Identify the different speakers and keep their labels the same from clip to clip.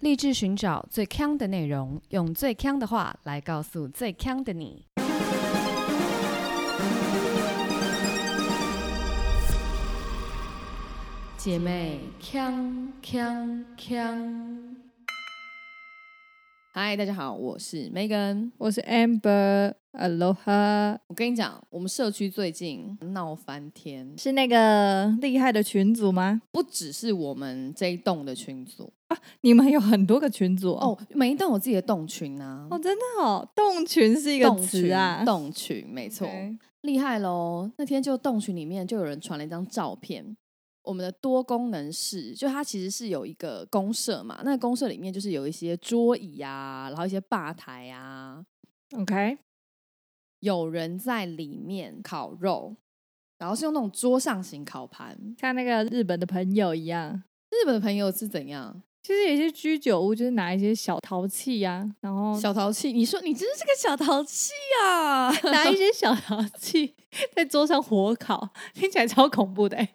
Speaker 1: 立志寻找最强的内容，用最强的话来告诉最强的你。姐妹，强强强！
Speaker 2: 嗨，大家好，我是 Megan。
Speaker 3: 我是 Amber Aloha，
Speaker 2: 我跟你讲，我们社区最近闹翻天，
Speaker 3: 是那个厉害的群组吗？
Speaker 2: 不只是我们这一栋的群组
Speaker 3: 你们有很多个群组哦。
Speaker 2: 哦，每一栋有自己的栋群啊，
Speaker 3: 哦，真的哦，动群是一个
Speaker 2: 栋
Speaker 3: 词
Speaker 2: 群
Speaker 3: 啊，
Speaker 2: 栋群没错
Speaker 3: OK
Speaker 2: 厉害喽！那天就洞群里面就有人传了一张照片，我们的多功能室，就它其实是有一个公社嘛，那个公社里面就是有一些桌椅啊，然后一些吧台啊，
Speaker 3: OK，
Speaker 2: 有人在里面烤肉，然后是用那种桌上型烤盘。
Speaker 3: 像那个日本的朋友一样，
Speaker 2: 日本的朋友是怎样？
Speaker 3: 就是有一些居酒屋，就是拿一些小陶器呀、然后
Speaker 2: 小淘气，你说你真是个小淘气 啊！
Speaker 3: 拿一些小陶器在桌上火烤，听起来超恐怖的、欸。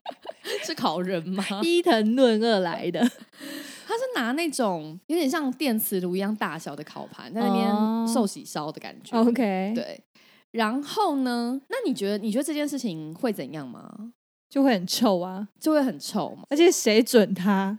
Speaker 2: 是烤人吗？
Speaker 3: 伊藤润二来的，
Speaker 2: 他是拿那种有点像电磁炉一样大小的烤盘，在那边
Speaker 3: 哦
Speaker 2: 寿喜烧的感觉。
Speaker 3: OK，，
Speaker 2: 对。然后呢？那你觉得你觉得这件事情会怎样吗？
Speaker 3: 就会很臭啊，
Speaker 2: 就会很臭吗？哦
Speaker 3: 而且谁准他？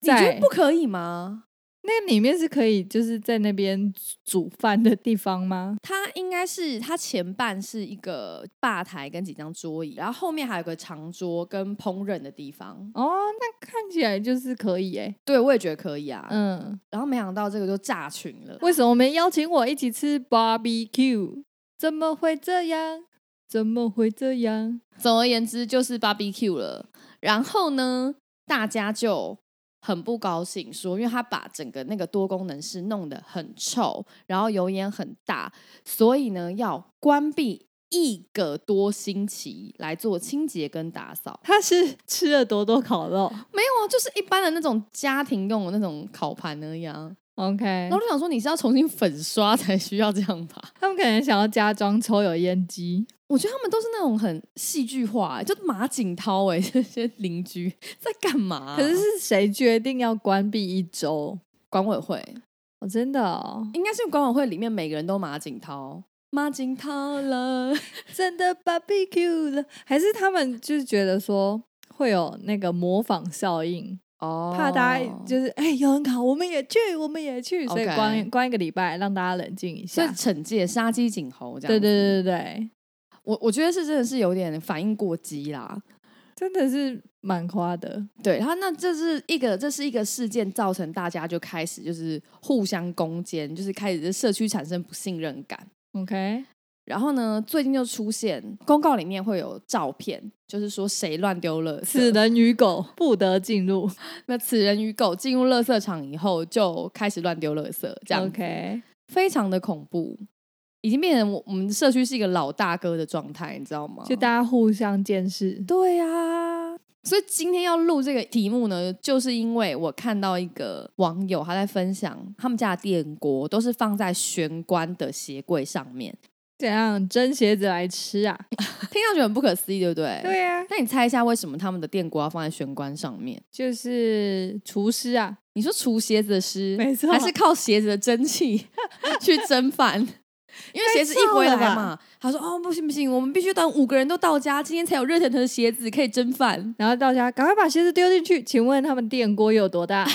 Speaker 2: 你觉得
Speaker 3: 在
Speaker 2: 不可以吗？
Speaker 3: 那里面是可以就是在那边煮煮饭的地方吗？
Speaker 2: 它应该是它前半是一个吧台跟几张桌椅，然后后面还有个长桌跟烹饪的地方。
Speaker 3: 哦，那看起来就是可以哎、
Speaker 2: 对，我也觉得可以啊。
Speaker 3: 嗯，
Speaker 2: 然后没想到这个就炸群了。
Speaker 3: 为什么没邀请我一起吃 barbecue？怎么会这样？怎么会这样？
Speaker 2: 总而言之，就是 barbecue 了。然后呢，大家就很不高兴说，因为他把整个那个多功能室弄得很臭，然后油烟很大，所以呢要关闭一个多星期来做清洁跟打扫。
Speaker 3: 他是吃了多多烤肉
Speaker 2: 没有啊，就是一般的那种家庭用的那种烤盘而已啊。
Speaker 3: ，OK？
Speaker 2: 然后就想说，你是要重新粉刷才需要这样吧？
Speaker 3: 他们可能想要加装抽油烟机，
Speaker 2: 我觉得他们都是那种很戏剧化、欸就马景涛哎、这些邻居在干嘛啊、
Speaker 3: 可是是谁决定要关闭一周？
Speaker 2: 管委会，
Speaker 3: 哦，真的哦，
Speaker 2: 应该是管委会里面每个人都马景涛，马景涛了，
Speaker 3: 真的 barbecue 了，还是他们就是觉得说会有那个模仿效应？
Speaker 2: 哦
Speaker 3: 怕大家就是哎、有人考，我们也去，我们也去，所以
Speaker 2: OK
Speaker 3: 关关一个礼拜，让大家冷静一
Speaker 2: 所以
Speaker 3: 下。
Speaker 2: 惩戒杀鸡儆猴这样。
Speaker 3: 对对，对对对，
Speaker 2: 我我觉得是真的是有点反应过激啦。
Speaker 3: 真的是蛮夸的。
Speaker 2: 对他，那这是一个这是一个事件，造成大家就开始就是互相攻坚，就是开始这社区产生不信任感。
Speaker 3: OK，
Speaker 2: 然后呢，最近就出现公告里面会有照片，就是说谁乱丢垃圾，
Speaker 3: 此人与狗不得进入。
Speaker 2: 那此人与狗进入垃圾场以后，就开始乱丢垃圾，这样子
Speaker 3: OK，
Speaker 2: 非常的恐怖，已经变成我我们社区是一个老大哥的状态，你知道吗？
Speaker 3: 就大家互相监视。
Speaker 2: 对啊。所以今天要录这个题目呢，就是因为我看到一个网友他在分享他们家的电锅都是放在玄关的鞋柜上面，
Speaker 3: 怎样蒸鞋子来吃啊？
Speaker 2: 听上去很不可思议，对不对？。
Speaker 3: 对啊，
Speaker 2: 那你猜一下为什么他们的电锅要放在玄关上面？
Speaker 3: 就是厨师啊。
Speaker 2: 你说除鞋子的湿，
Speaker 3: 没错
Speaker 2: 还是靠鞋子的蒸 汽去蒸饭？因为鞋子一回来
Speaker 3: 太臭
Speaker 2: 嘛，他说：“哦，不行不行，我们必须等五个人都到家，今天才有热腾腾的鞋子可以蒸饭，
Speaker 3: 然后到家赶快把鞋子丢进去。请问他们电锅有多 大？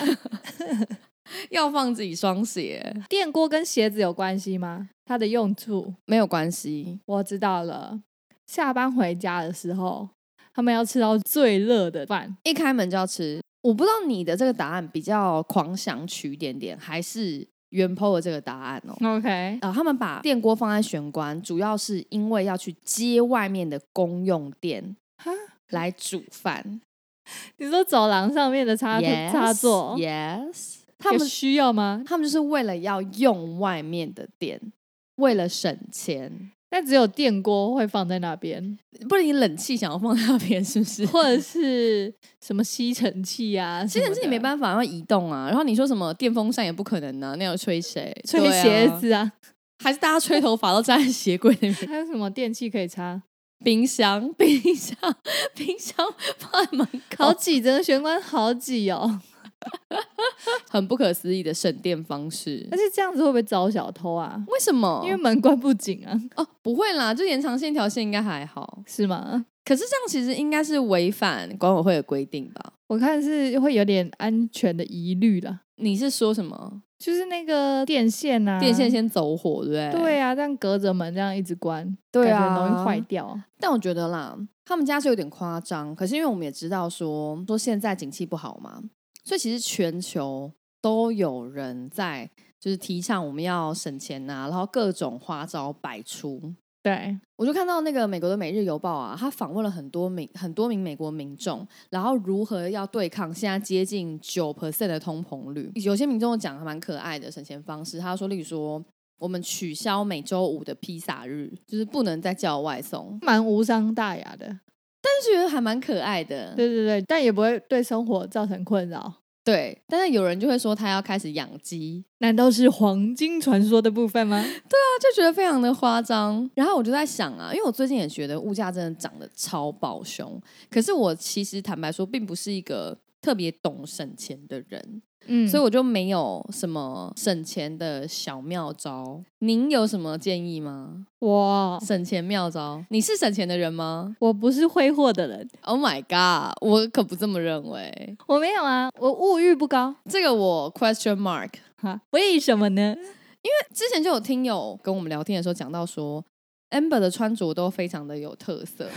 Speaker 2: 要放自己双鞋，
Speaker 3: 电锅跟鞋子有关系吗？它的用处？
Speaker 2: 没有关系。
Speaker 3: 我知道了。下班回家的时候，他们要吃到最热的饭。
Speaker 2: 一开门就要吃。我不知道你的这个答案比较狂想曲一点点，还是原 PO 的这个答案哦。
Speaker 3: OK，
Speaker 2: 呃，他们把电锅放在玄关，主要是因为要去接外面的公用电
Speaker 3: 哈
Speaker 2: 来煮饭。
Speaker 3: 你说走廊上面的插
Speaker 2: Yes，
Speaker 3: 插座，
Speaker 2: ，Yes，他
Speaker 3: 他
Speaker 2: 们
Speaker 3: 们需要吗？
Speaker 2: 他们就是为了要用外面的电，为了省钱。
Speaker 3: 那只有电锅会放在那边，
Speaker 2: 不然你冷气想要放在那边，是不是？
Speaker 3: 或者是什么吸尘器啊？
Speaker 2: 吸尘器你没办法要移动啊，然后你说什么电风扇也不可能啊，那要 吹谁？
Speaker 3: 吹
Speaker 2: 对啊
Speaker 3: 鞋子啊，
Speaker 2: 还是大家吹头发都站在鞋柜那边？
Speaker 3: 还有什么电器可以插？
Speaker 2: 冰箱， 冰箱，冰箱放在门口
Speaker 3: 好，挤，整个玄关好挤哦。
Speaker 2: 很不可思议的省电方式
Speaker 3: 而。且这样子会不会招小偷啊？
Speaker 2: 为什么？
Speaker 3: 因为门关不紧啊，
Speaker 2: 哦，不会啦，就延长线条线应该还好。
Speaker 3: 是吗？
Speaker 2: 可是这样其实应该是违反管委会的规定吧？
Speaker 3: 我看是会有点安全的疑虑啦，
Speaker 2: 你是说什么？
Speaker 3: 就是那个电线啊，
Speaker 2: 电线先走火，对不对？
Speaker 3: 对啊，这样隔着门这样一直关，
Speaker 2: 对
Speaker 3: 感觉
Speaker 2: 啊
Speaker 3: 很容易坏掉。
Speaker 2: 但我觉得啦，他们家是有点夸张。可是因为我们也知道说说现在景气不好嘛，所以其实全球都有人在就是提倡我们要省钱呐、然后各种花招百出。
Speaker 3: 对，
Speaker 2: 我就看到那个美国的《每日邮报》啊，他访问了很多名很多名美国民众，然后如何要对抗现在接近九 percent 的通膨率。有些民众讲还蛮可爱的省钱方式，他说，例如说，我们取消每周五的披萨日，就是不能再叫外送。
Speaker 3: 蛮无伤大雅的。
Speaker 2: 就觉得还蛮可爱的。
Speaker 3: 对对对，但也不会对生活造成困扰。
Speaker 2: 对但是有人就会说他要开始养鸡，
Speaker 3: 难道是黄金传说的部分吗？
Speaker 2: 他就觉得非常的夸张。然后我就在想啊，因为我最近也觉得物价真的涨得超爆凶，可是我其实坦白说，并不是一个。特别懂省钱的人，
Speaker 3: 嗯
Speaker 2: 所以我就没有什么省钱的小妙招。您有什么建议吗？
Speaker 3: 我
Speaker 2: 省钱妙招？你是省钱的人吗
Speaker 3: 我不是挥霍的人，
Speaker 2: ？Oh my god，我可不这么认为。
Speaker 3: 我没有啊，我物欲不高
Speaker 2: 这个我 question mark。
Speaker 3: 哈，为什么呢？
Speaker 2: 之前就有听友跟我们聊天的时候讲到说，Amber 的穿着都非常的有特色。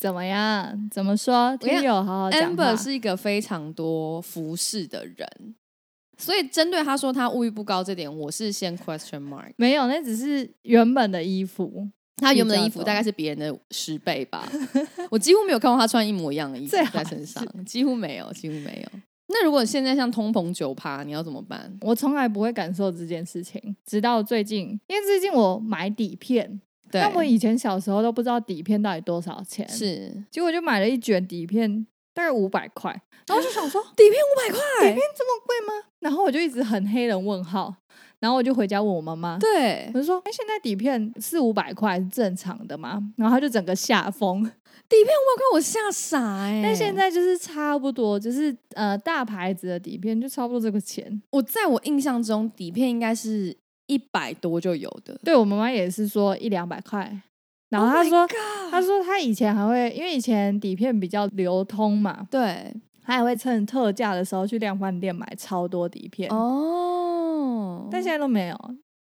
Speaker 3: 怎么样？怎么说？
Speaker 2: 跟你
Speaker 3: 听友好好讲话
Speaker 2: Amber 是一个非常多服饰的人，所以针对他说他物欲不高这点，我是先 question mark。
Speaker 3: 没有，那只是原本的衣服，
Speaker 2: 他原本的衣服大概是别人的十倍 吧，我几乎没有看过他穿一模一样的衣服
Speaker 3: 最好
Speaker 2: 在身上，几乎没有，几乎没有。那如果现在像通膨九趴，你要怎么办？
Speaker 3: 我从来不会感受这件事情，直到最近，因为最近我买底片，
Speaker 2: 对，
Speaker 3: 但我以前小时候都不知道底片到底多少钱，
Speaker 2: 是
Speaker 3: 结果就买了一卷底片，大概五百块，然后我就想说，
Speaker 2: 底片五百块，
Speaker 3: 这么贵吗？然后我就一直很黑人问号，然后我就回家问我妈妈，
Speaker 2: 对
Speaker 3: 我，就说，哎、现在底片四五百块是正常的吗？然后她就整个吓疯。
Speaker 2: 底片五百块我吓傻哎、
Speaker 3: 但现在就是差不多，就是呃大牌子的底片就差不多这个钱。
Speaker 2: 我在我印象中，底片应该是一百多就有的。
Speaker 3: 对我妈妈也是说一两百块，然后
Speaker 2: Oh
Speaker 3: 她
Speaker 2: my
Speaker 3: 说，
Speaker 2: God
Speaker 3: 她说她以前还会，因为以前底片比较流通嘛，
Speaker 2: 对
Speaker 3: 她还会趁特价的时候去量贩店买超多底片。
Speaker 2: 哦，
Speaker 3: 但现在都没有。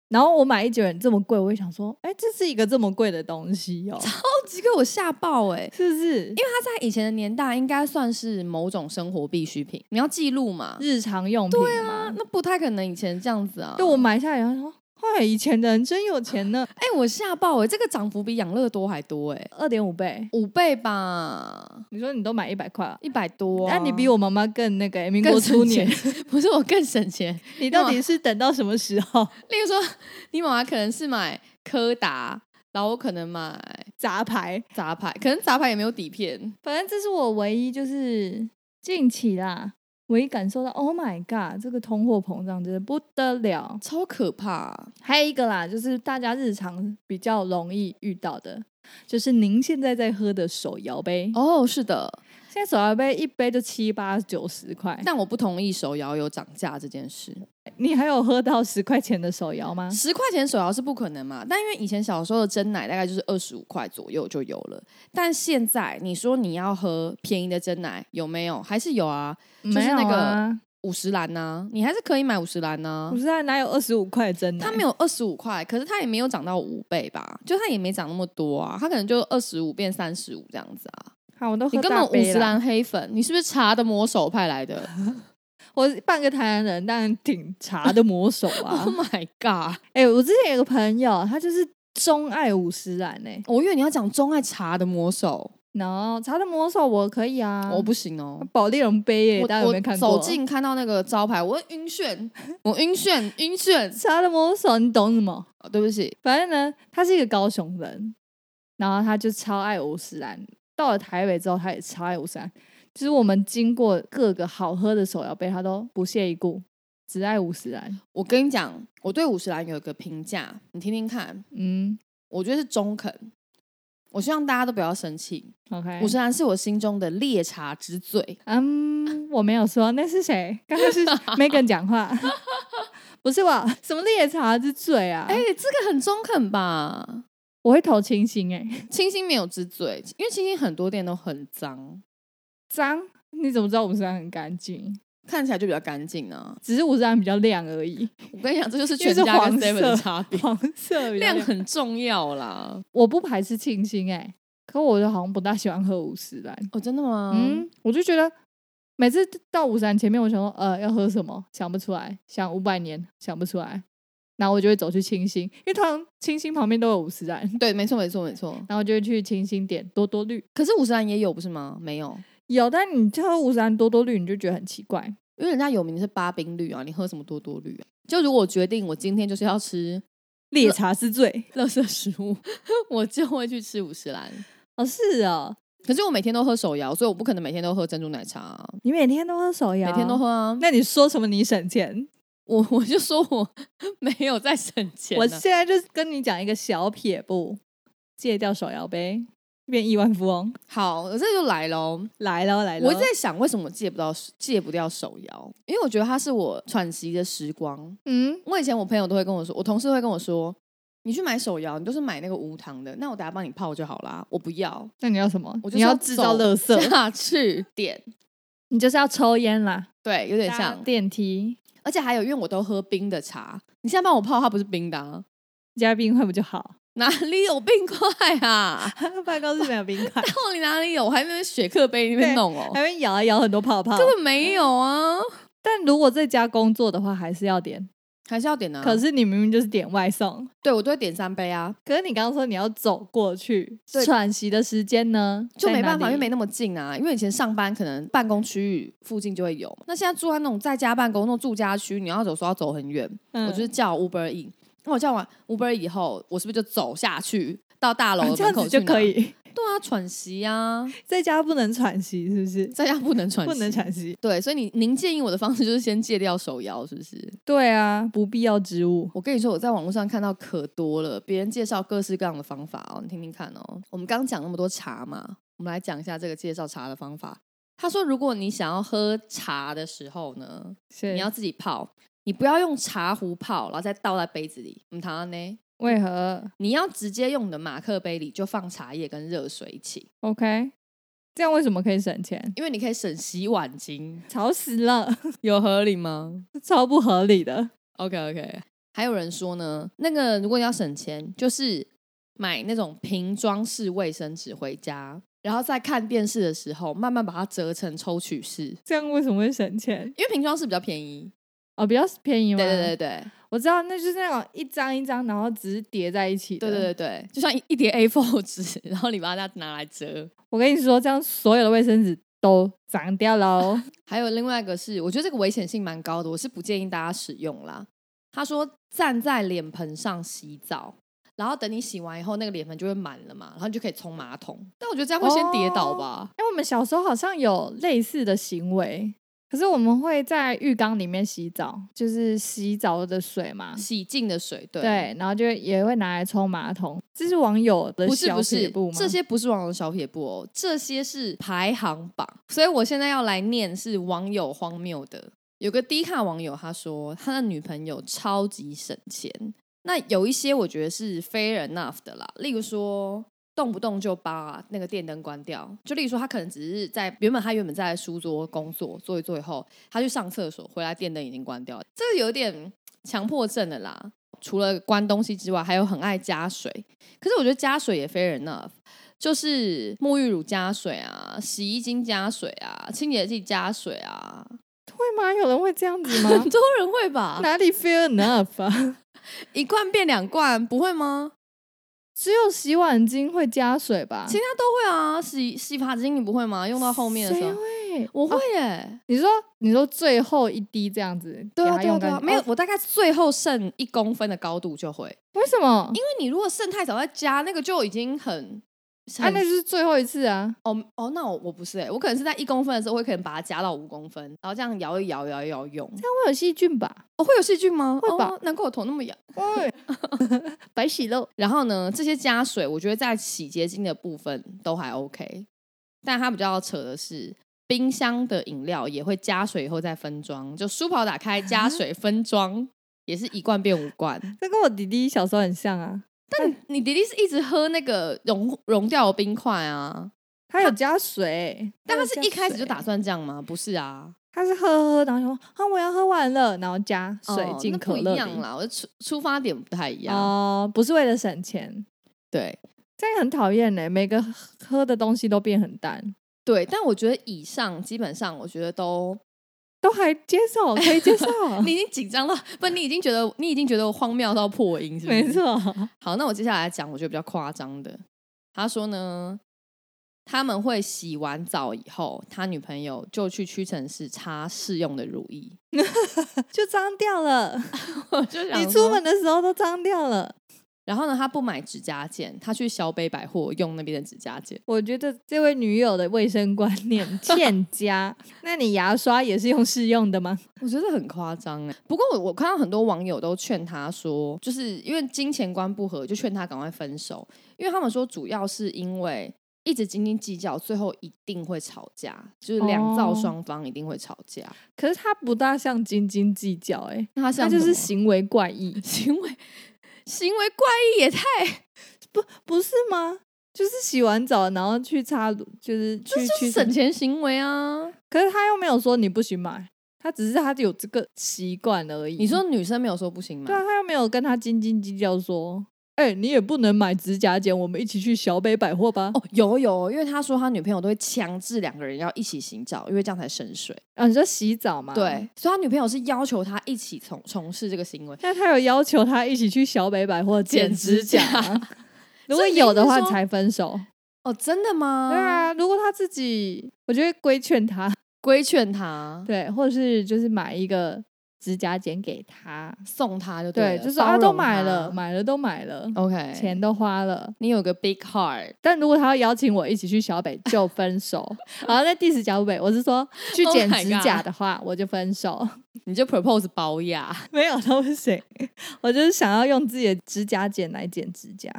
Speaker 3: 然后我买一卷这么贵，我也想说，哎，这是一个这么贵的东西哦，
Speaker 2: 超级给我吓爆哎、
Speaker 3: 是不是？因为
Speaker 2: 它在以前的年代应该算是某种生活必需品，你要记录嘛？
Speaker 3: 日常用品对
Speaker 2: 啊，那不太可能以前这样子啊。
Speaker 3: 就我买下来，然后说，哇，以前的人真有钱 呢，
Speaker 2: 哎、我吓爆哎、这个涨幅比养乐多还多哎、
Speaker 3: 二点五倍。
Speaker 2: 五倍吧，
Speaker 3: 你说你都买一百块啊？
Speaker 2: 一百多、
Speaker 3: 那、
Speaker 2: 啊。
Speaker 3: 你比我妈妈更那个、哎民
Speaker 2: 更
Speaker 3: 国
Speaker 2: 省
Speaker 3: 初
Speaker 2: 钱啊
Speaker 3: 年，，
Speaker 2: 不是我更省钱。
Speaker 3: 你到底是等到什么时候？
Speaker 2: 例如说，你妈妈可能是买柯达，然后我可能买
Speaker 3: 杂牌，
Speaker 2: 杂牌，可能杂牌也没有底片。
Speaker 3: 反正这是我唯一就是近期啦，唯一感受到，Oh my god，这个通货膨胀真的不得了。
Speaker 2: 超可怕、
Speaker 3: 还有一个啦，就是大家日常比较容易遇到的，就是您现在在喝的手摇杯。
Speaker 2: 哦！是的，
Speaker 3: 现在手摇杯一杯就七八九十块，
Speaker 2: 但我不同意手摇有涨价这件事。
Speaker 3: 你还有喝到十块钱的手摇吗？
Speaker 2: 十块钱手摇是不可能嘛？但因为以前小时候的真奶大概就是二十五块左右就有了，但现在你说你要喝便宜的真奶有没有？还是有啊，就是那
Speaker 3: 没有
Speaker 2: 个
Speaker 3: 啊，
Speaker 2: 五十兰呐，你还是可以买五十兰呐
Speaker 3: 不。是啊，哪有二十五块真的？啊
Speaker 2: 它没有二十五块，可是它也没有涨到五倍吧？就它也没涨那么多啊，它可能就二十五变三十五这样子啊。
Speaker 3: 好，我都哦喝
Speaker 2: 你根
Speaker 3: 大
Speaker 2: 本
Speaker 3: 杯
Speaker 2: 五十啊
Speaker 3: 啦
Speaker 2: 兰黑粉，你是不是茶的魔手派来的
Speaker 3: 我半个台南人，但挺茶的魔手啊
Speaker 2: ？Oh。my god！
Speaker 3: 哎、我之前有个朋友，他就是钟爱五十岚哎，
Speaker 2: 我以为你要讲钟爱茶的魔手，
Speaker 3: 然后茶的魔手我可以啊，
Speaker 2: 我不行哦。
Speaker 3: 保利龙杯耶、
Speaker 2: 我
Speaker 3: 大家有没有看过？
Speaker 2: 我走近看到那个招牌，我会晕 眩，我晕眩，晕眩。
Speaker 3: 茶的魔手，你懂什么？
Speaker 2: 哦对不起，
Speaker 3: 反正呢，他是一个高雄人，然后他就超爱五十岚。到了台北之后，他也超爱五十岚。就是我们经过各个好喝的手摇杯，他都不屑一顾，只爱五十岚。
Speaker 2: 我跟你讲，我对五十岚有一个评价，你听听看，
Speaker 3: 嗯，
Speaker 2: 我觉得是中肯。我希望大家都不要生气。
Speaker 3: OK，
Speaker 2: 五十岚是我心中的烈茶之最，
Speaker 3: 嗯，我没有说那 是谁，刚才是 Megan 讲话，不是我，什么猎茶之最啊？
Speaker 2: 哎、这个很中肯吧？
Speaker 3: 我会投清新哎、
Speaker 2: 清新没有之最，因为清新很多店都很脏，
Speaker 3: 脏，你怎么知道五十岚很干净？
Speaker 2: 看起来就比较干净呢。
Speaker 3: 只是五十岚比较亮而已，
Speaker 2: 我跟你讲，这就是
Speaker 3: 因为
Speaker 2: 全
Speaker 3: 是
Speaker 2: 家
Speaker 3: 黄
Speaker 2: 跟 seven 的
Speaker 3: 色
Speaker 2: 差别，
Speaker 3: 黄色比较
Speaker 2: 量很重要啦。
Speaker 3: 我不排斥清新哎、可我就好像不大喜欢喝五十岚，
Speaker 2: 哦，真的吗？
Speaker 3: 嗯，我就觉得每次到五十岚前面，我想说呃要喝什么，想不出来，想五百年想不出来，然后我就会走去清新，因为通常清新旁边都有五十岚。
Speaker 2: 对，没错，没错，没错。
Speaker 3: 然后就会去清新点多多绿。
Speaker 2: 可是五十岚也有不是吗？没有，
Speaker 3: 有，但你喝五十岚多多绿，你就觉得很奇怪。
Speaker 2: 因为人家有名的是八冰绿啊，你喝什么多多绿啊？就如果我决定我今天就是要吃
Speaker 3: 烈茶是罪
Speaker 2: 垃圾食物， 我就会去吃五十岚。
Speaker 3: 哦，是哦，
Speaker 2: 可是我每天都喝手摇，所以我不可能每天都喝珍珠奶茶啊、
Speaker 3: 你每天都喝手摇
Speaker 2: 每天都喝。啊。
Speaker 3: 那你说什么？你省钱？
Speaker 2: 我 我就说我没有在省钱啊、
Speaker 3: 我现在就跟你讲一个小撇步，戒掉手摇杯，变亿万富翁。
Speaker 2: 好，我这就来喽。
Speaker 3: 来喽来喽！
Speaker 2: 我一直在想，为什么我戒不到戒不掉手摇？因为我觉得它是我喘息的时光。
Speaker 3: 嗯，
Speaker 2: 我以前我朋友都会跟我说，我同事会跟我说，你去买手摇，你都是买那个无糖的，那我等下帮你泡就好啦。我不要，
Speaker 3: 那你要什么？
Speaker 2: 我就
Speaker 3: 你
Speaker 2: 是
Speaker 3: 要制造
Speaker 2: 走
Speaker 3: 垃 圾，
Speaker 2: 下去点，
Speaker 3: 你就是要抽烟啦，
Speaker 2: 对，有点
Speaker 3: 搭
Speaker 2: 像。
Speaker 3: 电梯
Speaker 2: 而且还有，因为我都喝冰的茶，你现在帮我泡，它不是冰的、啊，
Speaker 3: 加冰块不就好？
Speaker 2: 哪里有冰块啊？
Speaker 3: 办公室没有冰 块，
Speaker 2: 到底哪里有？我还没有雪克杯那边弄哦，
Speaker 3: 还会摇啊摇很多泡泡。
Speaker 2: 根本没有啊，
Speaker 3: 但如果在家工作的话，还是要点。
Speaker 2: 还是要点啊。
Speaker 3: 可是你明明就是点外送，
Speaker 2: 对我都会点三杯啊，
Speaker 3: 可是你刚刚说你要走过去，
Speaker 2: 对
Speaker 3: 喘息的时间呢，
Speaker 2: 就
Speaker 3: 在
Speaker 2: 没办
Speaker 3: 哪
Speaker 2: 法，因为
Speaker 3: 里
Speaker 2: 没那么近啊。因为以前上班可能办公区域附近就会有，那现在住在那种在家办公、那种住家区，你要走说要走很远，
Speaker 3: 嗯
Speaker 2: 我就是叫 Uber E。那我叫完 Uber 以后，我是不是就走下去到大楼的
Speaker 3: 啊这样
Speaker 2: 门口
Speaker 3: 子
Speaker 2: 去
Speaker 3: 就
Speaker 2: 拿
Speaker 3: 可？以，
Speaker 2: 对啊，喘息啊，
Speaker 3: 在家不能喘息，是不是？
Speaker 2: 在家不能喘息，
Speaker 3: 不能。喘息，
Speaker 2: 对，所以你您建议我的方式就是先戒掉手摇，是不是？
Speaker 3: 对啊，不必要植物。
Speaker 2: 我跟你说，我在网络上看到可多了，别人介绍各式各样的方法哦，你听听看哦。我们刚讲那么多茶嘛，我们来讲一下这个介绍茶的方法。他说，如果你想要喝茶的时候呢，
Speaker 3: 你
Speaker 2: 你要自己泡，你不要用茶壶泡，然后再倒在杯子里。嗯，唐呢，
Speaker 3: 为何
Speaker 2: 你要直接用你的马克杯里就放茶叶跟热水一起，
Speaker 3: ？OK，这样为什么可以省钱？
Speaker 2: 因为你可以省洗碗巾，
Speaker 3: 吵死了，
Speaker 2: 有合理吗
Speaker 3: 超不合理的。
Speaker 2: ？OK OK。还有人说呢，那个如果你要省钱，就是买那种瓶装式卫生纸回家，然后在看电视的时候慢慢把它折成抽取式，
Speaker 3: 这样为什么会省钱？
Speaker 2: 因为瓶装式比较便宜。
Speaker 3: 哦，比较便宜
Speaker 2: 对
Speaker 3: 吗？
Speaker 2: 对对
Speaker 3: 对，
Speaker 2: 对
Speaker 3: 我知道，那就是那种一张一张，然后只是叠在一起的。
Speaker 2: 对对对对，就像一一叠 A4 纸，然后你把它拿来折。
Speaker 3: 我跟你说，这样所有的卫生纸都脏掉 喽。
Speaker 2: 还有另外一个是，我觉得这个危险性蛮高的，我是不建议大家使用啦。他说站在脸盆上洗澡，然后等你洗完以后，那个脸盆就会满了嘛，然后你就可以冲马桶。但我觉得这样会先跌倒吧。
Speaker 3: 哎、我们小时候好像有类似的行为，可是我们会在浴缸里面洗澡，就是洗澡的水嘛。
Speaker 2: 洗净的水，对，
Speaker 3: 对，然后就也会拿来冲马桶，这是网友的
Speaker 2: 不是
Speaker 3: 小
Speaker 2: 不
Speaker 3: 撇
Speaker 2: 是
Speaker 3: 步，吗？
Speaker 2: 这些不是网友小撇步哦，这些是排行榜。所以我现在要来念是网友荒谬的。有个低卡网友他说，他的女朋友超级省钱。那有一些我觉得是 fair enough 的啦，例如说。动不动就把那个电灯关掉，就例如说，他可能只是在原本他原本在书桌工作，做一做以后，他去上厕所，回来电灯已经关掉了，这个有点强迫症的啦。除了关东西之外，还有很爱加水，可是我觉得加水也 fair enough，就是沐浴乳加水啊，洗衣精加水啊，清洁剂加水啊，
Speaker 3: 会吗？有人会这样子 吗
Speaker 2: 很？多人会吧？
Speaker 3: 哪里 feel enough 啊？
Speaker 2: 一罐变两罐，不会吗？
Speaker 3: 只有洗碗巾会加水吧？
Speaker 2: 其他都会啊，洗洗发精你不会吗？用到后面的时
Speaker 3: 谁
Speaker 2: 候，
Speaker 3: 会？
Speaker 2: 我会啊
Speaker 3: 哦
Speaker 2: 耶、
Speaker 3: 你说你说最后一滴这样子，
Speaker 2: 对啊，
Speaker 3: 给它
Speaker 2: 对啊，
Speaker 3: 用
Speaker 2: 对啊
Speaker 3: 干，净
Speaker 2: 没有
Speaker 3: 哦，
Speaker 2: 我大概最后剩一公分的高度就会，
Speaker 3: 为什么？
Speaker 2: 因为你如果剩太早再加，那个就已经很
Speaker 3: 啊，那就是最后一次啊。
Speaker 2: 哦哦，那我我不是哎、我可能是在一公分的时候，我可能把它加到五公分，然后这样摇一摇，摇一摇用。
Speaker 3: 那会有细菌哦吧？
Speaker 2: 哦，会有细菌吗？
Speaker 3: 会吧
Speaker 2: 哦，难怪我头那么痒。
Speaker 3: 喂，白洗漏。
Speaker 2: 然后呢，这些加水，我觉得在洗洁精的部分都还 OK，但它比较扯的是，冰箱的饮料也会加水以后再分装，就书跑打开加水分 装，也是一罐变五罐。
Speaker 3: 这跟我弟弟小时候很像啊，
Speaker 2: 但你弟弟是一直喝那个融融掉的冰块啊，
Speaker 3: 他有加水，
Speaker 2: 但他是
Speaker 3: 有
Speaker 2: 一
Speaker 3: 加
Speaker 2: 开始就
Speaker 3: 水
Speaker 2: 打，算这样吗？不是啊，
Speaker 3: 他是喝喝，喝，然后说啊我要喝完了，然后加水
Speaker 2: 哦
Speaker 3: 进
Speaker 2: 那
Speaker 3: 可
Speaker 2: 不
Speaker 3: 乐
Speaker 2: 一
Speaker 3: 里。
Speaker 2: 样啦，我的出出发点不太一样。
Speaker 3: 哦，不是为了省钱，
Speaker 2: 对
Speaker 3: 这样很讨厌呢。每个喝的东西都变很淡，
Speaker 2: 对，但我觉得以上基本上，我觉得都。
Speaker 3: 都还接 受，可以接受
Speaker 2: 你已经紧张到，不，你已经觉得你已经觉得我荒谬到破音，是不是？
Speaker 3: 没。错，
Speaker 2: 好，那我接下来讲，我觉得比较夸张的。他说呢，他们会洗完澡以后，他女朋友就去屈臣氏擦试用的乳液。
Speaker 3: 就脏掉了。
Speaker 2: 我就想
Speaker 3: 你
Speaker 2: 说
Speaker 3: 出门的时候都脏掉了。
Speaker 2: 然后呢，他不买指甲剪，他去小北百货用那边的指甲剪。
Speaker 3: 我觉得这位女友的卫生观念欠 佳。那你牙刷也是用试用的吗？
Speaker 2: 我觉得很夸张哎。不过我我看到很多网友都劝他说，就是因为金钱观不合，就劝他赶快分手，因为他们说主要是因为一直斤斤计较，最后一定会吵架，就是两造
Speaker 3: 哦
Speaker 2: 双方一定会吵架。
Speaker 3: 可是他不大像斤斤计较、欸，哎，
Speaker 2: 那他
Speaker 3: 他
Speaker 2: 像
Speaker 3: 就是
Speaker 2: 什么
Speaker 3: 行为怪异，
Speaker 2: 行为 行为怪异也太
Speaker 3: 不是吗？就是洗完澡然后去擦乳，就是去去
Speaker 2: 省。钱行为啊！
Speaker 3: 可是他又没有说你不许买，他只是他有这个习惯而已。
Speaker 2: 你说女生没有说不行吗？
Speaker 3: 对啊，他又没有跟他斤斤计较说，哎、你也不能买指甲剪，我们一起去小北百货吧。
Speaker 2: 哦，有有，因为他说他女朋友都会强制两个人要一起洗澡，因为这样才省水。
Speaker 3: 啊，你说洗澡嘛？
Speaker 2: 对，所以他女朋友是要求他一起从从事这个行为。
Speaker 3: 但他有要求他一起去小北百货
Speaker 2: 剪
Speaker 3: 剪指
Speaker 2: 指
Speaker 3: 甲
Speaker 2: 甲，
Speaker 3: 如果
Speaker 2: 所以你
Speaker 3: 有的
Speaker 2: 是
Speaker 3: 话
Speaker 2: 说
Speaker 3: 才分手。
Speaker 2: 哦，真的吗？
Speaker 3: 对，啊，如果他自己，我觉得规劝他，
Speaker 2: 规劝他，
Speaker 3: 对，或者是就是买一个指甲剪给他，
Speaker 2: 送他就了，
Speaker 3: 对，就是
Speaker 2: 包
Speaker 3: 啊，都
Speaker 2: 容
Speaker 3: 买
Speaker 2: 他
Speaker 3: 了，买了都买了，
Speaker 2: OK，
Speaker 3: 钱都花了。
Speaker 2: 你有个 big heart，
Speaker 3: 但如果他要邀请我一起去小北，就分手。 然后在 diss 小北，我是说去
Speaker 2: Oh
Speaker 3: 剪
Speaker 2: my
Speaker 3: 指甲
Speaker 2: God
Speaker 3: 的话，我就分手。
Speaker 2: 你就 propose 保雅。
Speaker 3: 没有都不行，我就是想要用自己的指甲剪来剪指甲。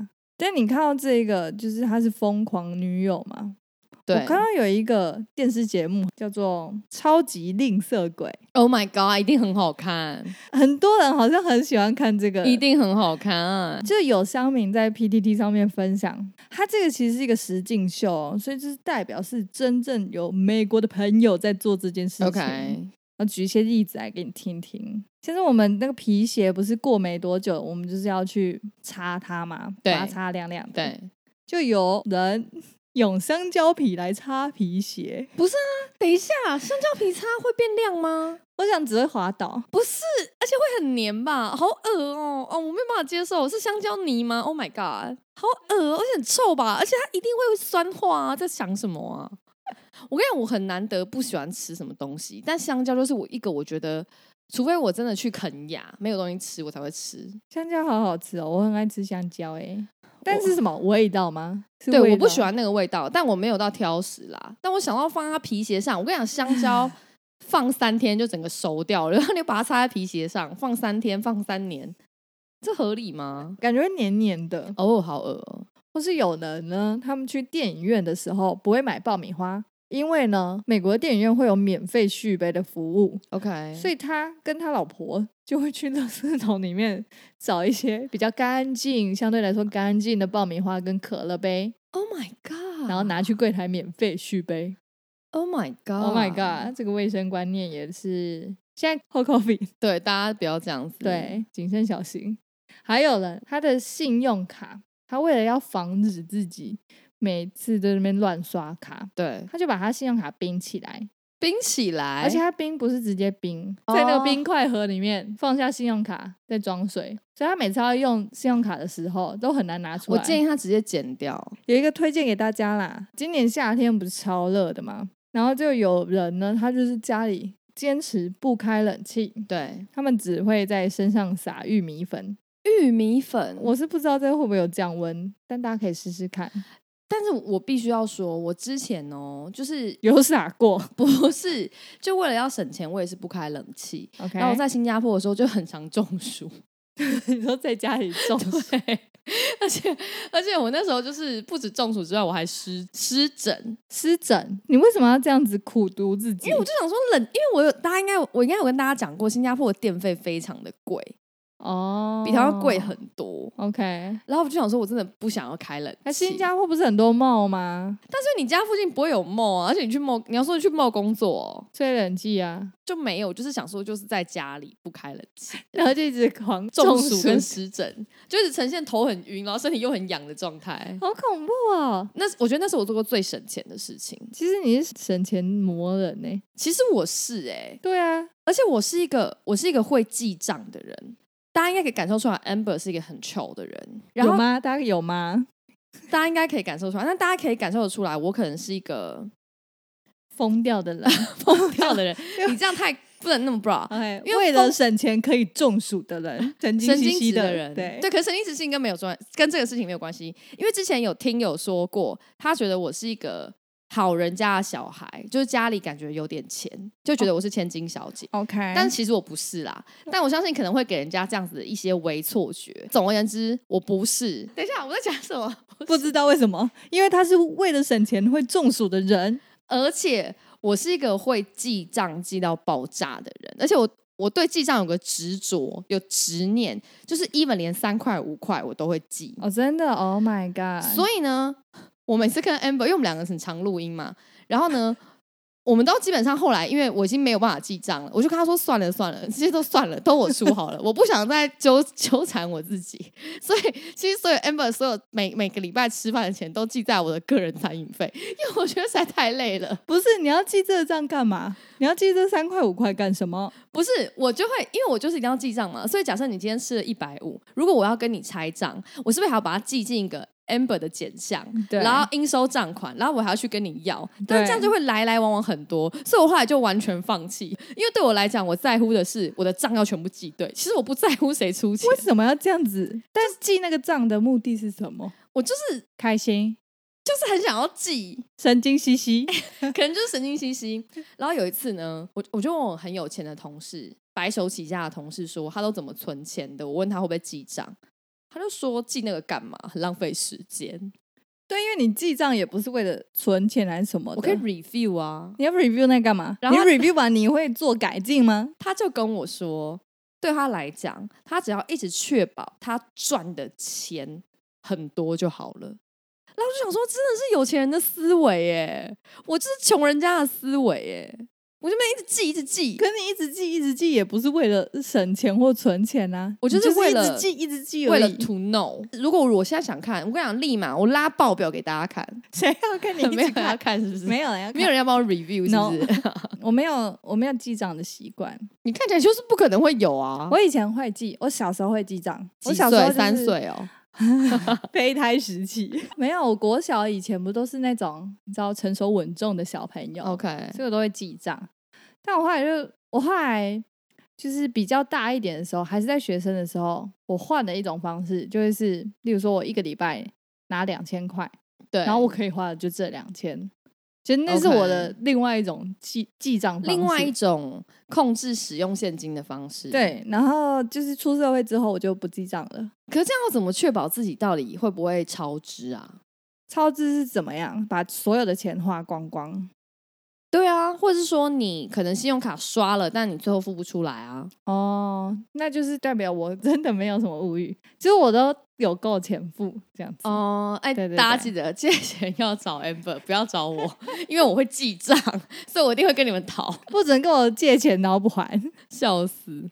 Speaker 3: 但你看到这个，就是她是疯狂女友嘛？
Speaker 2: 对
Speaker 3: 我看到有一个电视节目叫做《超级吝啬鬼
Speaker 2: ，Oh my god，一定很好看，》，
Speaker 3: 很多人好像很喜欢看这个。
Speaker 2: 一定很好看。
Speaker 3: 就有乡民在 PTT 上面分享，他这个其实是一个实境秀、哦，所以就是代表是真正有美国的朋友在做这件事情。
Speaker 2: OK，
Speaker 3: 我举一些例子来给你听听。像是我们那个皮鞋不是过没多久，我们就是要去擦它嘛，
Speaker 2: 对
Speaker 3: 把它擦亮亮的。，
Speaker 2: 对，
Speaker 3: 就有人 用香蕉皮来擦皮鞋，
Speaker 2: 啊等一下，香蕉皮擦会变亮吗？
Speaker 3: 我想只会滑倒。
Speaker 2: 不是，而且会很黏吧，好恶哦、哦，我没有办法接受，是香蕉泥吗？Oh my god，好恶，而且很臭吧，而且它一定会酸化啊，在想什么啊？我跟你讲，我很难得不喜欢吃什么东西，但香蕉就是我一个我觉得，除非我真的去啃牙，没有东西吃，我才会吃。
Speaker 3: 香蕉好好吃哦，我很爱吃香蕉诶、但是什么味道吗？是
Speaker 2: 对，
Speaker 3: 味
Speaker 2: 我不
Speaker 3: 道
Speaker 2: 喜欢那个味道，但我没有到挑食啦。但我想到放在它皮鞋上，我跟你讲，香 蕉放三天就整个熟掉了，然后你把它擦在皮鞋上，放三天，放三年，这合理吗？
Speaker 3: 感觉黏黏的，
Speaker 2: 哦，好恶哦、
Speaker 3: 或是有人呢，他们去电影院的时候不会买爆米花，因为呢，美国的电影院会有免费续杯的服务，
Speaker 2: OK，
Speaker 3: 所以他跟他老婆就会去垃圾桶里面 找一些比较干净、相对来说干净的爆米花跟可乐杯，
Speaker 2: Oh my God，
Speaker 3: 然后拿去柜台免费续杯。
Speaker 2: Oh my God，Oh
Speaker 3: Oh my
Speaker 2: 啊
Speaker 3: god，这个卫生观念也是现在 hot coffee
Speaker 2: 对，大家不要这样子。，
Speaker 3: 对，谨慎小心。还有人，他的信用卡，他为了要防止自己每次在那边乱刷卡，
Speaker 2: 对，
Speaker 3: 他就把他信用卡冰起来，
Speaker 2: 冰起来，
Speaker 3: 而且他冰不是直接冰，在那
Speaker 2: 哎哦
Speaker 3: 个冰块盒里面放下信用卡，再装水。所以他每次要用信用卡的时候，都很难拿出
Speaker 2: 我
Speaker 3: 来。
Speaker 2: 建议他直接剪掉。
Speaker 3: 有一个推荐给大家啦，今年夏天不是超热的嘛，然后就有人呢，他就是家里坚持不开冷气，
Speaker 2: 对，
Speaker 3: 他们只会在身上撒玉米粉。
Speaker 2: 玉米粉，
Speaker 3: 我是不知道这会不会有降温，但大家可以试试看。
Speaker 2: 但是我必须要说，我之前哦，就是
Speaker 3: 有傻过。
Speaker 2: 不是就为了要省钱，我也是不开冷气。
Speaker 3: OK，
Speaker 2: 然后我在新加坡的时候就很常中暑，
Speaker 3: 你说在家里种树，
Speaker 2: 对，而且而且我那时候就是不止中暑之外，我还湿湿疹，
Speaker 3: 湿疹，你为什么要这样子苦读自己？
Speaker 2: 因为我就想说冷，因为我有大家应该我应该有跟大家讲过，新加坡的电费非常的贵，
Speaker 3: 哦，
Speaker 2: 比台湾贵很多。
Speaker 3: OK，
Speaker 2: 然后我就想说，我真的不想要开冷
Speaker 3: 那
Speaker 2: 气。
Speaker 3: 新加坡不是很多帽吗？
Speaker 2: 但是你家附近不会有梦啊，而且你去梦，你要说去梦工作、哦、
Speaker 3: 吹冷气啊，
Speaker 2: 就没有，就是想说就是在家里不开冷气，
Speaker 3: 然后就一直狂
Speaker 2: 中暑
Speaker 3: 暑
Speaker 2: 跟湿疹，就是呈现头很晕，然后身体又很痒的状态。
Speaker 3: 好恐怖哦！
Speaker 2: 那我觉得那是我做过最省钱的事情。
Speaker 3: 其实你是省钱魔人呢、
Speaker 2: 其实我是哎、
Speaker 3: 对啊，
Speaker 2: 而且我是一个我是一个会记账的人，大家应该可以感受出来，Amber 是一个很穷的人。然
Speaker 3: 有
Speaker 2: 后
Speaker 3: 吗？大家有吗？
Speaker 2: 大家应该可以感受出来，但大家可以感受得出来，我可能是一 个
Speaker 3: 疯掉的人
Speaker 2: 疯掉的人。你这样太不能那么 bra。
Speaker 3: ，OK，
Speaker 2: 因为
Speaker 3: 为
Speaker 2: 疯
Speaker 3: 了省钱可以中暑的人， 神经
Speaker 2: 神
Speaker 3: 兮
Speaker 2: 经
Speaker 3: 兮
Speaker 2: 质的人，
Speaker 3: 人，对，
Speaker 2: 对，可是神经质是应该没有关，跟这个事情没有关系。因为之前有听友说过，他觉得我是一个好人家的小孩，就是家里感觉有点钱，就觉得我是千金小姐。
Speaker 3: o k
Speaker 2: 但其实我不是啦，但我相信可能会给人家这样子的一些微错觉。总而言之，我不是。等一下，我在讲什么？
Speaker 3: 不知道为什么，因为他是为了省钱会中暑的人。
Speaker 2: 而且我是一个会记账记到爆炸的人，而且我我对记账有个执着，有执念，就是 even 连三块五块我都会记。
Speaker 3: 哦，真的，Oh my god！
Speaker 2: 所以呢，我每次跟 Amber，因为我们两个很常录音嘛，然后呢， 我们都基本上后来，因为我已经没有办法记账了，我就跟他说算了算了，这些都算了，都我出好 了，我不想再纠纠缠我自己。 所以其实所有 Amber 所有每每个礼拜吃饭的钱都记在我的个人餐饮费，因为我觉得实在太累了。
Speaker 3: 不是你要记这个账干嘛？你要记这三块五块干什么？
Speaker 2: 不是，我就会，因为我就是一定要记账嘛。所以假设你今天吃了一百五，如果我要跟你拆账，我是不是还要把它记进一个 amber 的减项，
Speaker 3: 对
Speaker 2: 然后应收账款，然后我还要去跟你要，但
Speaker 3: 对
Speaker 2: 这样就会来来往往很多。所以我后来就完全放弃，因为对我来讲，我在乎的是我的账要全部记对。其实我不在乎谁出钱
Speaker 3: 为，什么要这样子？但是记那个账的目的是什么？
Speaker 2: 我就是
Speaker 3: 开心，
Speaker 2: 就是很想要记，
Speaker 3: 神经 兮兮。
Speaker 2: 可能就是神经兮兮。然后有一次呢，我我就问我很有钱的同事，白手起家的同事说，他都怎么存钱的？我问他会不会记账，他就说记那个干嘛，很浪费时间。
Speaker 3: 对，因为你记账也不是为了存钱还是什么的。
Speaker 2: 我可以 review 啊。
Speaker 3: 你要 review 那干嘛？
Speaker 2: 然后
Speaker 3: 你 review 完你会做改进吗？
Speaker 2: 他就跟我说，对他来讲，他只要一直确保他赚的钱很多就好了。然后我就想说，真的是有钱人的思维耶，我就是穷人家的思维耶，我就没一直记一直记。
Speaker 3: 可是你一直记一直记也不是为了省钱或存钱啊，
Speaker 2: 我就是
Speaker 3: 你
Speaker 2: 为
Speaker 3: 一
Speaker 2: 了
Speaker 3: 直记一直记而
Speaker 2: 为了
Speaker 3: 已
Speaker 2: to know，如果我现在想看，我跟你讲，立马我拉报表给大家看。
Speaker 3: 谁要跟你一
Speaker 2: 没有
Speaker 3: 起
Speaker 2: 人要
Speaker 3: 看？
Speaker 2: 看是不是？
Speaker 3: 没
Speaker 2: 有，
Speaker 3: 有人要看，
Speaker 2: 没有人要帮我 review 是不是？
Speaker 3: 我没有我没有记账的习惯。
Speaker 2: 你看起来就是不可能会有啊。
Speaker 3: 我以前会记，我小时候会记账，我
Speaker 2: 几
Speaker 3: 小时候
Speaker 2: 岁？
Speaker 3: 就是
Speaker 2: 三岁哦。
Speaker 3: 胚胎时期 没有。我国小以前不都是那种你知道成熟稳重的小朋友
Speaker 2: OK，
Speaker 3: 所以我都会记账。但我后来就我后来就是比较大一点的时候，还是在学生的时候，我换了一种方式，就会是例如说我一个礼拜拿两千块，
Speaker 2: 对。
Speaker 3: 然后我可以花的就这两千。其实那是我的另外一种记记账方式，
Speaker 2: 另外一种控制使用现金的方式。，
Speaker 3: 对。然后就是出社会之后，我就不记账了。
Speaker 2: 可是这样要怎么确保自己到底会不会超支啊？
Speaker 3: 超支是怎么样？把所有的钱花光光。
Speaker 2: 对啊，或者是说你可能信用卡刷了，但你最后付不出来啊？
Speaker 3: 哦，那就是代表我真的没有什么物欲，就是我都有够钱付这样子。
Speaker 2: 哦，哎，
Speaker 3: 对对对
Speaker 2: 大家记得借钱要找 Amber，不要找我，因为我会记账，所以我一定会跟你们讨，
Speaker 3: 不准跟我借钱然后不还
Speaker 2: 笑死。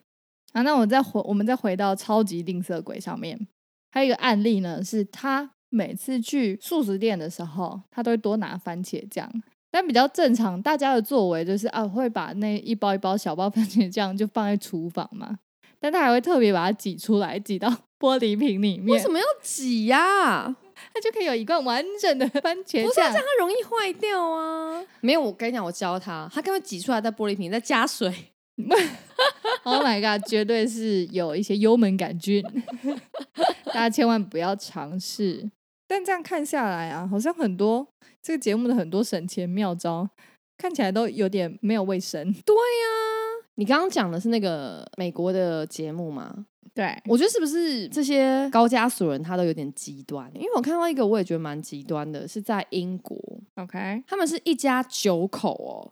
Speaker 3: 啊！那我再回，我们再回到超级吝啬鬼上面，还有一个案例呢，是他每次去素食店的时候，他都会多拿番茄酱。但比较正常，大家的作为就是啊，会把那一包一包小包番茄酱就放在厨房嘛，但他还会特别把它挤出来，挤到玻璃瓶里 面。
Speaker 2: 为什么要挤呀、
Speaker 3: 它就可以有一罐完整的番茄
Speaker 2: 不是啊
Speaker 3: 酱
Speaker 2: 这。样它容易坏掉啊！没有，我跟你讲，我教他，他根本挤出来在玻璃瓶，再加水，
Speaker 3: Oh my god，绝对是有一些幽门杆菌，大家千万不要尝试。但这样看下来啊，好像很多这个节目的很多省钱妙招，看起来都有点没有卫生。
Speaker 2: 你刚刚讲的是那个美国的节目吗？
Speaker 3: 对，
Speaker 2: 我觉得是不是这些高加索人他都有点极端？因为我看到一个我也觉得蛮极端的，是在英国，
Speaker 3: OK，
Speaker 2: 他们是一家九口哦。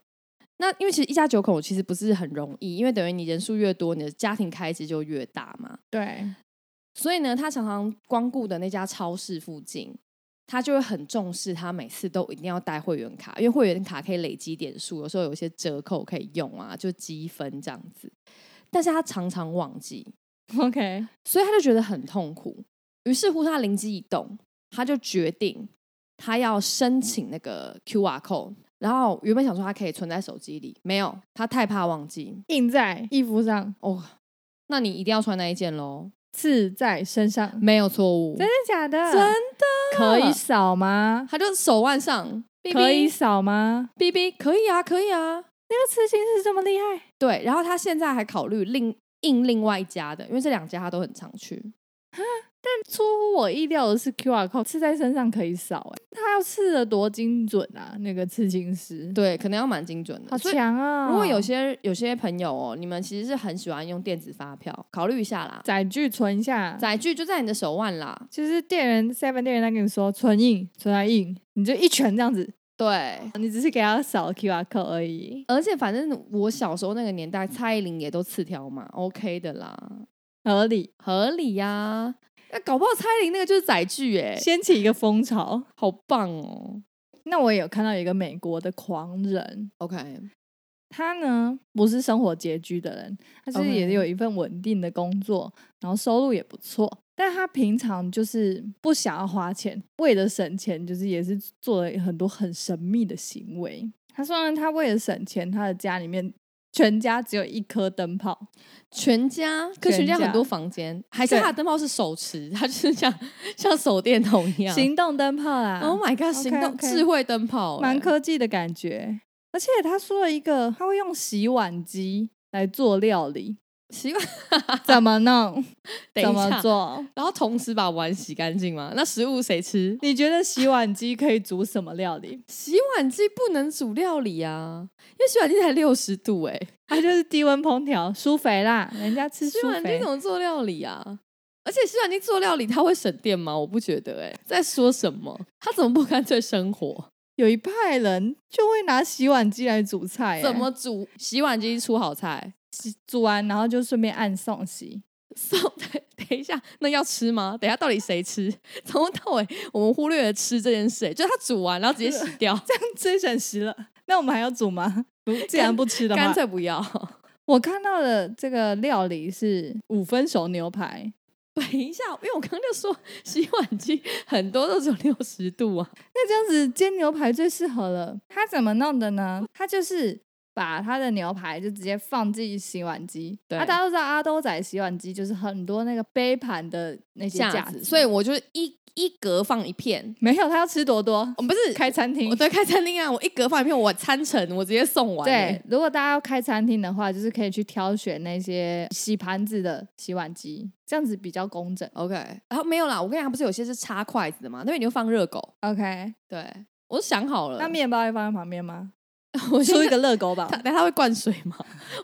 Speaker 2: 那因为其实一家九口其实不是很容易，因为等于你人数越多，你的家庭开支就越大嘛。
Speaker 3: 对，
Speaker 2: 所以呢，他常常光顾的那家超市附近，他就会很重视，他每次都一定要带会员卡，因为会员卡可以累积点数，有时候有一些折扣可以用啊，就积分这样子。但是他常常忘记，
Speaker 3: OK，
Speaker 2: 所以他就觉得很痛苦。于是乎，他灵机一动，他就决定他要申请那个 QR code。然后原本想说他可以存在手机里，没有，他太怕忘记
Speaker 3: 印在衣服上，
Speaker 2: 哦。那你一定要穿那一件喽，
Speaker 3: 刺在身上，
Speaker 2: 没有错误，
Speaker 3: 真的假的？
Speaker 2: 真
Speaker 3: 的可以扫吗？
Speaker 2: 他就手腕上
Speaker 3: 可以扫吗？
Speaker 2: B B 可以啊，可以啊，
Speaker 3: 那个刺青是这么厉害
Speaker 2: 对。然后他现在还考虑另印另外一家的，因为这两家他都很常去。
Speaker 3: 出乎我意料的是，QR code 刺在身上可以扫、欸，他要刺的多精准啊！那个刺青师，，
Speaker 2: 对，可能要蛮精准的。
Speaker 3: 好
Speaker 2: 所以
Speaker 3: 强啊！
Speaker 2: 如果有些有些朋友哦，你们其实是很喜欢用电子发票，考虑一下啦。
Speaker 3: 载具存一下，
Speaker 2: 载具就在你的手腕啦，
Speaker 3: 就是店员 seven 店员在跟你说存印，存来印，你就一拳这样子，
Speaker 2: 对。
Speaker 3: 你只是给他扫 QR code 而已，
Speaker 2: 而且反正我小时候那个年代，蔡依林也都刺条嘛，OK 的啦，
Speaker 3: 合理，
Speaker 2: 合理呀、那搞不好蔡依林那个就是载具哎、
Speaker 3: 掀起一个风潮。
Speaker 2: 好棒哦。
Speaker 3: 那我也有看到有一个美国的狂人，
Speaker 2: OK，
Speaker 3: 他呢不是生活拮据的人，他就是
Speaker 2: OK
Speaker 3: 也有一份稳定的工作，然后收入也不错，但他平常就是不想要花钱，为了省钱，就是也是做了很多很神秘的行为。他说呢，他为了省钱，他的家里面全家只有一颗灯泡，
Speaker 2: 全家，可
Speaker 3: 全
Speaker 2: 全家
Speaker 3: 家
Speaker 2: 很多房间，还是
Speaker 3: 对
Speaker 2: 他的灯泡是手持，它就是像像手电筒一样。
Speaker 3: 行动灯泡啦。
Speaker 2: ，Oh my god，行动
Speaker 3: OK，OK
Speaker 2: 智慧灯泡、欸，
Speaker 3: 蛮科技的感觉。而且他说了一个，他会用洗碗机来做料理，
Speaker 2: 奇 怪。
Speaker 3: 怎么 弄？
Speaker 2: 等
Speaker 3: 怎
Speaker 2: 一
Speaker 3: 么
Speaker 2: 下，
Speaker 3: 做？
Speaker 2: 然后同时把碗洗干净吗？那食物谁吃？？
Speaker 3: 你觉得洗碗机可以煮什么料理
Speaker 2: 洗碗机不能煮料理啊，因为洗碗机才六十度哎、
Speaker 3: 它就是低温烹调，舒肥啦，人家吃
Speaker 2: 洗
Speaker 3: 舒
Speaker 2: 碗机
Speaker 3: 肥
Speaker 2: 怎。么做料理啊？而且洗碗机做料理，它会省电吗？我不觉得哎、在说什么？他怎么不 干脆生活？
Speaker 3: 有一派人就会拿洗碗机来煮菜、欸，
Speaker 2: 怎么煮？洗碗机出好菜？
Speaker 3: 洗煮完然后就顺便按送洗？
Speaker 2: 送对，等一下，那要吃吗？等一下，到底谁吃？从头到尾，我们忽略了吃这件事、欸就是它煮完然后直接洗 掉，
Speaker 3: 最省时了，那我们还要 煮吗？如既然不吃的
Speaker 2: 干
Speaker 3: 话，
Speaker 2: 脆不要。
Speaker 3: 我看到的这个料理是五分熟牛排，
Speaker 2: 等一下，因为我刚刚就说洗碗机很多都只有六十度啊，
Speaker 3: 那这样子煎牛排最适合了。它怎么弄的呢？它就是把它的牛排就直接放进洗碗机。
Speaker 2: 对
Speaker 3: 啊，大家都知道阿兜仔洗碗机就是很多那个杯盘的那些
Speaker 2: 架
Speaker 3: 架
Speaker 2: 子，
Speaker 3: 子，
Speaker 2: 所以我就一一格放一片。
Speaker 3: 没有他要吃多多
Speaker 2: 我。们不是
Speaker 3: 开餐厅
Speaker 2: 我对开餐厅啊，我一格放一片，我餐城我直接送完、欸
Speaker 3: 对，，如果大家要开餐厅的话，就是可以去挑选那些洗盘子的洗碗机，这样子比较工整。
Speaker 2: OK，然后没有啦，我跟你讲，不是有些是插筷子的嘛，那边你就放热狗。
Speaker 3: OK，
Speaker 2: 对，我想好了，
Speaker 3: 那面包会放在旁边吗？
Speaker 2: 我先
Speaker 3: 出一个热狗 堡
Speaker 2: 他。但他会灌水吗？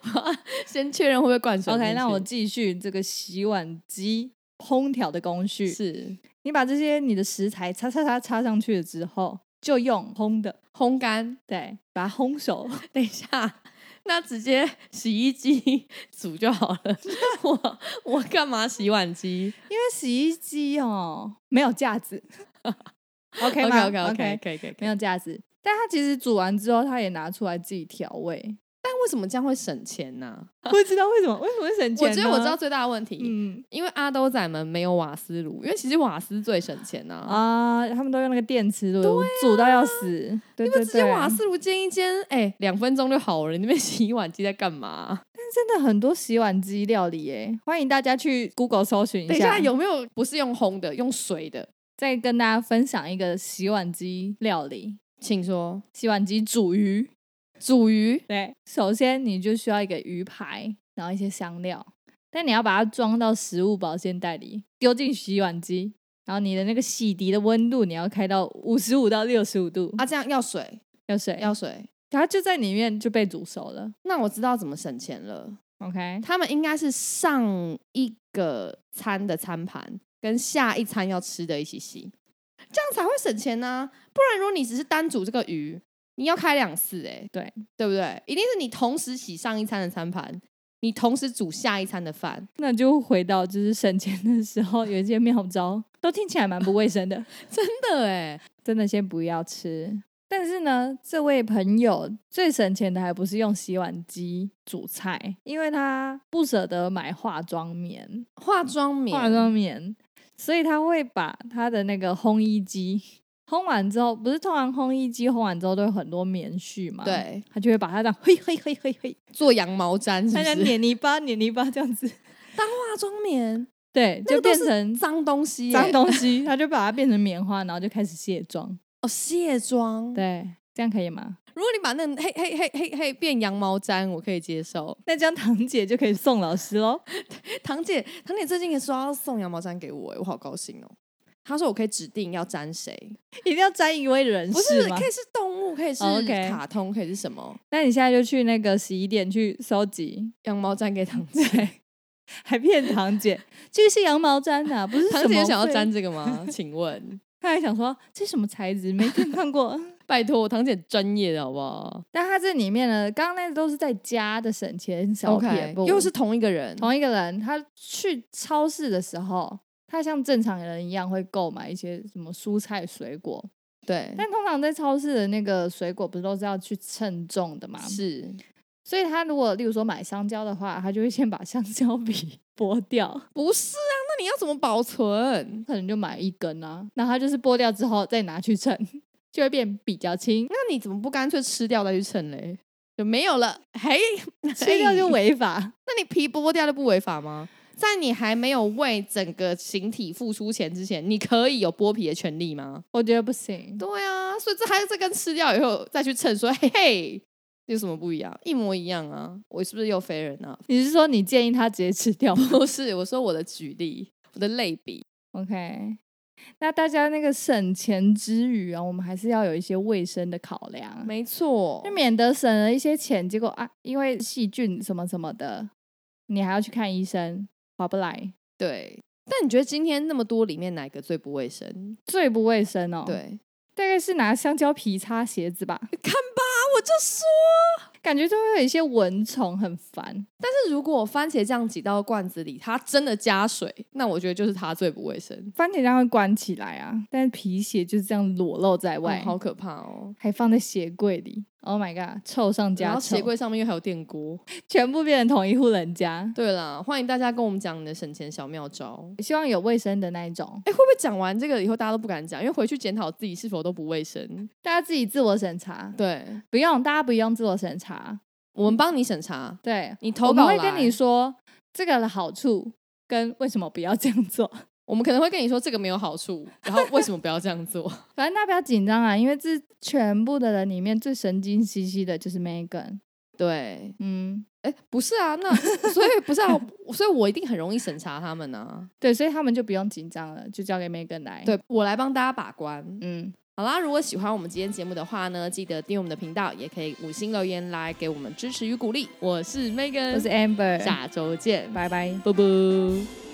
Speaker 2: 我 要先确认会不会灌水进去。
Speaker 3: OK，那我继续这个洗碗机烹调的工序。
Speaker 2: 是
Speaker 3: 你把这些你的食材插插插插上去了之后，就用烘的，
Speaker 2: 烘干。
Speaker 3: 对，把它烘熟。
Speaker 2: 等一下，那直接洗衣机 煮就好 了。我我干嘛洗碗机
Speaker 3: 因为洗衣机哦没有架 子，OK 吗
Speaker 2: OK OK OK 可以可以。可以
Speaker 3: 没有架子，但它其实煮完之后，它也拿出来自己调 味。
Speaker 2: 但为什么这样会省钱呢？
Speaker 3: 不知道为什么，为什么会省钱？
Speaker 2: 我觉得我知道，最大的问题，
Speaker 3: 嗯
Speaker 2: 因为阿兜仔们没有瓦斯炉，因为其实瓦斯最省钱呐。
Speaker 3: 啊，他们都用那个电磁炉
Speaker 2: 啊
Speaker 3: 煮到要死，对
Speaker 2: 因为
Speaker 3: 对
Speaker 2: 直接
Speaker 3: 对，
Speaker 2: 瓦斯炉煎一煎，哎，两分钟就好了。你那边洗碗机在干嘛？
Speaker 3: 真的很多洗碗机料理耶，欢迎大家去 Google 搜寻
Speaker 2: 等一下有没有不是用烘的，用水的？
Speaker 3: 再跟大家分享一个洗碗机料理，
Speaker 2: 请说。
Speaker 3: 洗碗机煮鱼。
Speaker 2: 煮鱼，
Speaker 3: 对，首先你就需要一个鱼排，然后一些香料，但你要把它装到食物保鲜袋里，丢进洗碗机，然后你的那个洗涤的温度你要开到五十五到六十五度，
Speaker 2: 啊，这样要水
Speaker 3: 要水，
Speaker 2: 要水。
Speaker 3: 它就在里面就被煮熟了。
Speaker 2: 那我知道怎么省钱了。
Speaker 3: OK，
Speaker 2: 他们应该是上一个餐的餐盘跟下一餐要吃的一起洗，这样才会省钱呢、不然如果你只是单煮这个鱼，你要开两次哎、
Speaker 3: 对
Speaker 2: 对不对？一定是你同时洗上一餐的餐盘，你同时煮下一餐的饭，
Speaker 3: 那就回到就是省钱的时候有一些妙招，都听起来蛮不卫生的。欸
Speaker 2: 真的哎、
Speaker 3: 真的先不要吃。但是呢，这位朋友最省钱的还不是用洗碗机煮菜，因为他不舍得买化妆棉，
Speaker 2: 化妆棉，
Speaker 3: 化妆棉，所以他会把他的那个烘衣机烘完之后，不是通常烘衣机烘完之后都有很多棉絮嘛？，
Speaker 2: 对，
Speaker 3: 他就会把它这样嘿嘿嘿嘿嘿，
Speaker 2: 做羊毛毡是
Speaker 3: 他像
Speaker 2: 不是？
Speaker 3: 碾泥巴碾泥巴这样子，
Speaker 2: 化妆棉
Speaker 3: 对，
Speaker 2: 那
Speaker 3: 就
Speaker 2: 个都
Speaker 3: 变
Speaker 2: 是
Speaker 3: 成
Speaker 2: 脏东西、欸
Speaker 3: 脏东西，他就把它变成棉花，然后就开始卸妆。
Speaker 2: 哦，卸妆。
Speaker 3: 对，这样可以吗？
Speaker 2: 如果你把那个黑黑黑黑黑变羊毛毡，我可以接受。
Speaker 3: 那这样堂姐就可以送老师喽。
Speaker 2: 堂姐，堂姐最近也说要送羊毛毡给我、欸，我好高兴哦、她说我可以指定要粘谁，
Speaker 3: 一定要沾一位人
Speaker 2: 不是
Speaker 3: 吗
Speaker 2: 可？以是动物，可以是
Speaker 3: 哦，OK
Speaker 2: 卡通，可以是什么？
Speaker 3: 那你现在就去那个洗衣店去收集，
Speaker 2: 羊毛毡给堂姐，
Speaker 3: 对，还骗堂姐，这个是羊毛毡的、啊， 不是什
Speaker 2: 堂
Speaker 3: 么
Speaker 2: 姐有想要
Speaker 3: 废
Speaker 2: 粘，这个 吗？请问，
Speaker 3: 她还想说这是什么材质，没看看过。
Speaker 2: 拜托，堂姐专业的好不好
Speaker 3: 但它这里面呢，刚刚那都是在家的省钱小撇步
Speaker 2: 又是同一个人，
Speaker 3: 同一个人，他去超市的时候，他像正常人一样会购买一些什么蔬菜水果，
Speaker 2: 对，
Speaker 3: 但通常在超市的那个水果不是都是要去称重的吗？
Speaker 2: 是
Speaker 3: 所以他如果例如说买香蕉的话，他就会先把香蕉 皮剥掉，
Speaker 2: 不是啊？那你要怎么保存？
Speaker 3: 可能就买一根啊，然后他就是剥掉之后再拿去称，就会变比较轻，
Speaker 2: 那你怎么不干脆吃掉再去称嘞？就没有了， 嘿，
Speaker 3: 吃掉就
Speaker 2: 嘿
Speaker 3: 违法。
Speaker 2: 那你皮剥掉就不违法吗？在你还没有为整个形体付出钱之前，你可以有剥皮的权利吗？
Speaker 3: 我觉得不行，
Speaker 2: 对啊，所以这还是跟吃掉以后再去称说，嘿嘿，有什么不一样？一模一样啊！我是不是又非人啊？
Speaker 3: 你是说你建议他直接吃掉吗
Speaker 2: 不是，我说我的举例，我的类比，
Speaker 3: ？OK，那大家那个省钱之余啊，我们还是要有一些卫生的考量，
Speaker 2: 没错
Speaker 3: 就免得省了一些钱，结果啊，因为细菌什么什么的，你还要去看医生，划不来，
Speaker 2: 对。但你觉得今天那么多里面哪个最不卫生？
Speaker 3: 最不卫生哦。。
Speaker 2: 对，啊
Speaker 3: 大概是拿香蕉皮擦鞋子吧，
Speaker 2: 看吧，我就说。
Speaker 3: 感觉就会有一些蚊虫，很烦。
Speaker 2: 但是如果番茄酱挤到罐子里，它真的加水，那我觉得就是它最不卫生。
Speaker 3: 番茄酱会关起来啊，但是皮鞋就是这样裸露在
Speaker 2: 哇，
Speaker 3: 外，
Speaker 2: 好可怕哦！
Speaker 3: 还放在鞋柜里。Oh my god，臭上
Speaker 2: 然后
Speaker 3: 加臭，
Speaker 2: 鞋柜上面又还有电锅。
Speaker 3: 全部变成同一户人家。
Speaker 2: 对啦，欢迎大家跟我们讲你的省钱小妙招。
Speaker 3: 希望有卫生的那一种，
Speaker 2: 哎，会不会讲完这个以后大家都不敢讲，因为回去检讨自己是否都不卫生？
Speaker 3: 大家自己自我审查，
Speaker 2: 对，
Speaker 3: 不用，大家不用自我审查。
Speaker 2: 我们帮你审查，
Speaker 3: 对，
Speaker 2: 你投
Speaker 3: 我们
Speaker 2: 稿
Speaker 3: 会
Speaker 2: 来
Speaker 3: 跟你，说这个的好处跟为什么不要这样做。
Speaker 2: 我们可能会跟你说这个没有好处，然后为什么不要这样做？
Speaker 3: 反正大家不要紧张啊，因为这全部的人里面最神经兮兮的就是 Megan。
Speaker 2: 对，
Speaker 3: 嗯，
Speaker 2: 哎，不是啊，那所以不是啊，所以我一定很容易审查他们啊。
Speaker 3: 对，所以他们就不用紧张了，就交给 Megan 来。，
Speaker 2: 对我来帮大家把关。
Speaker 3: 嗯，
Speaker 2: 好啦，如果喜欢我们今天节目的话呢，记得订阅我们的频道，也可以五星留言来给我们支持与鼓励。我是 Megan，
Speaker 3: 我是 Amber，
Speaker 2: 下周见，
Speaker 3: 拜拜。
Speaker 2: 拜拜。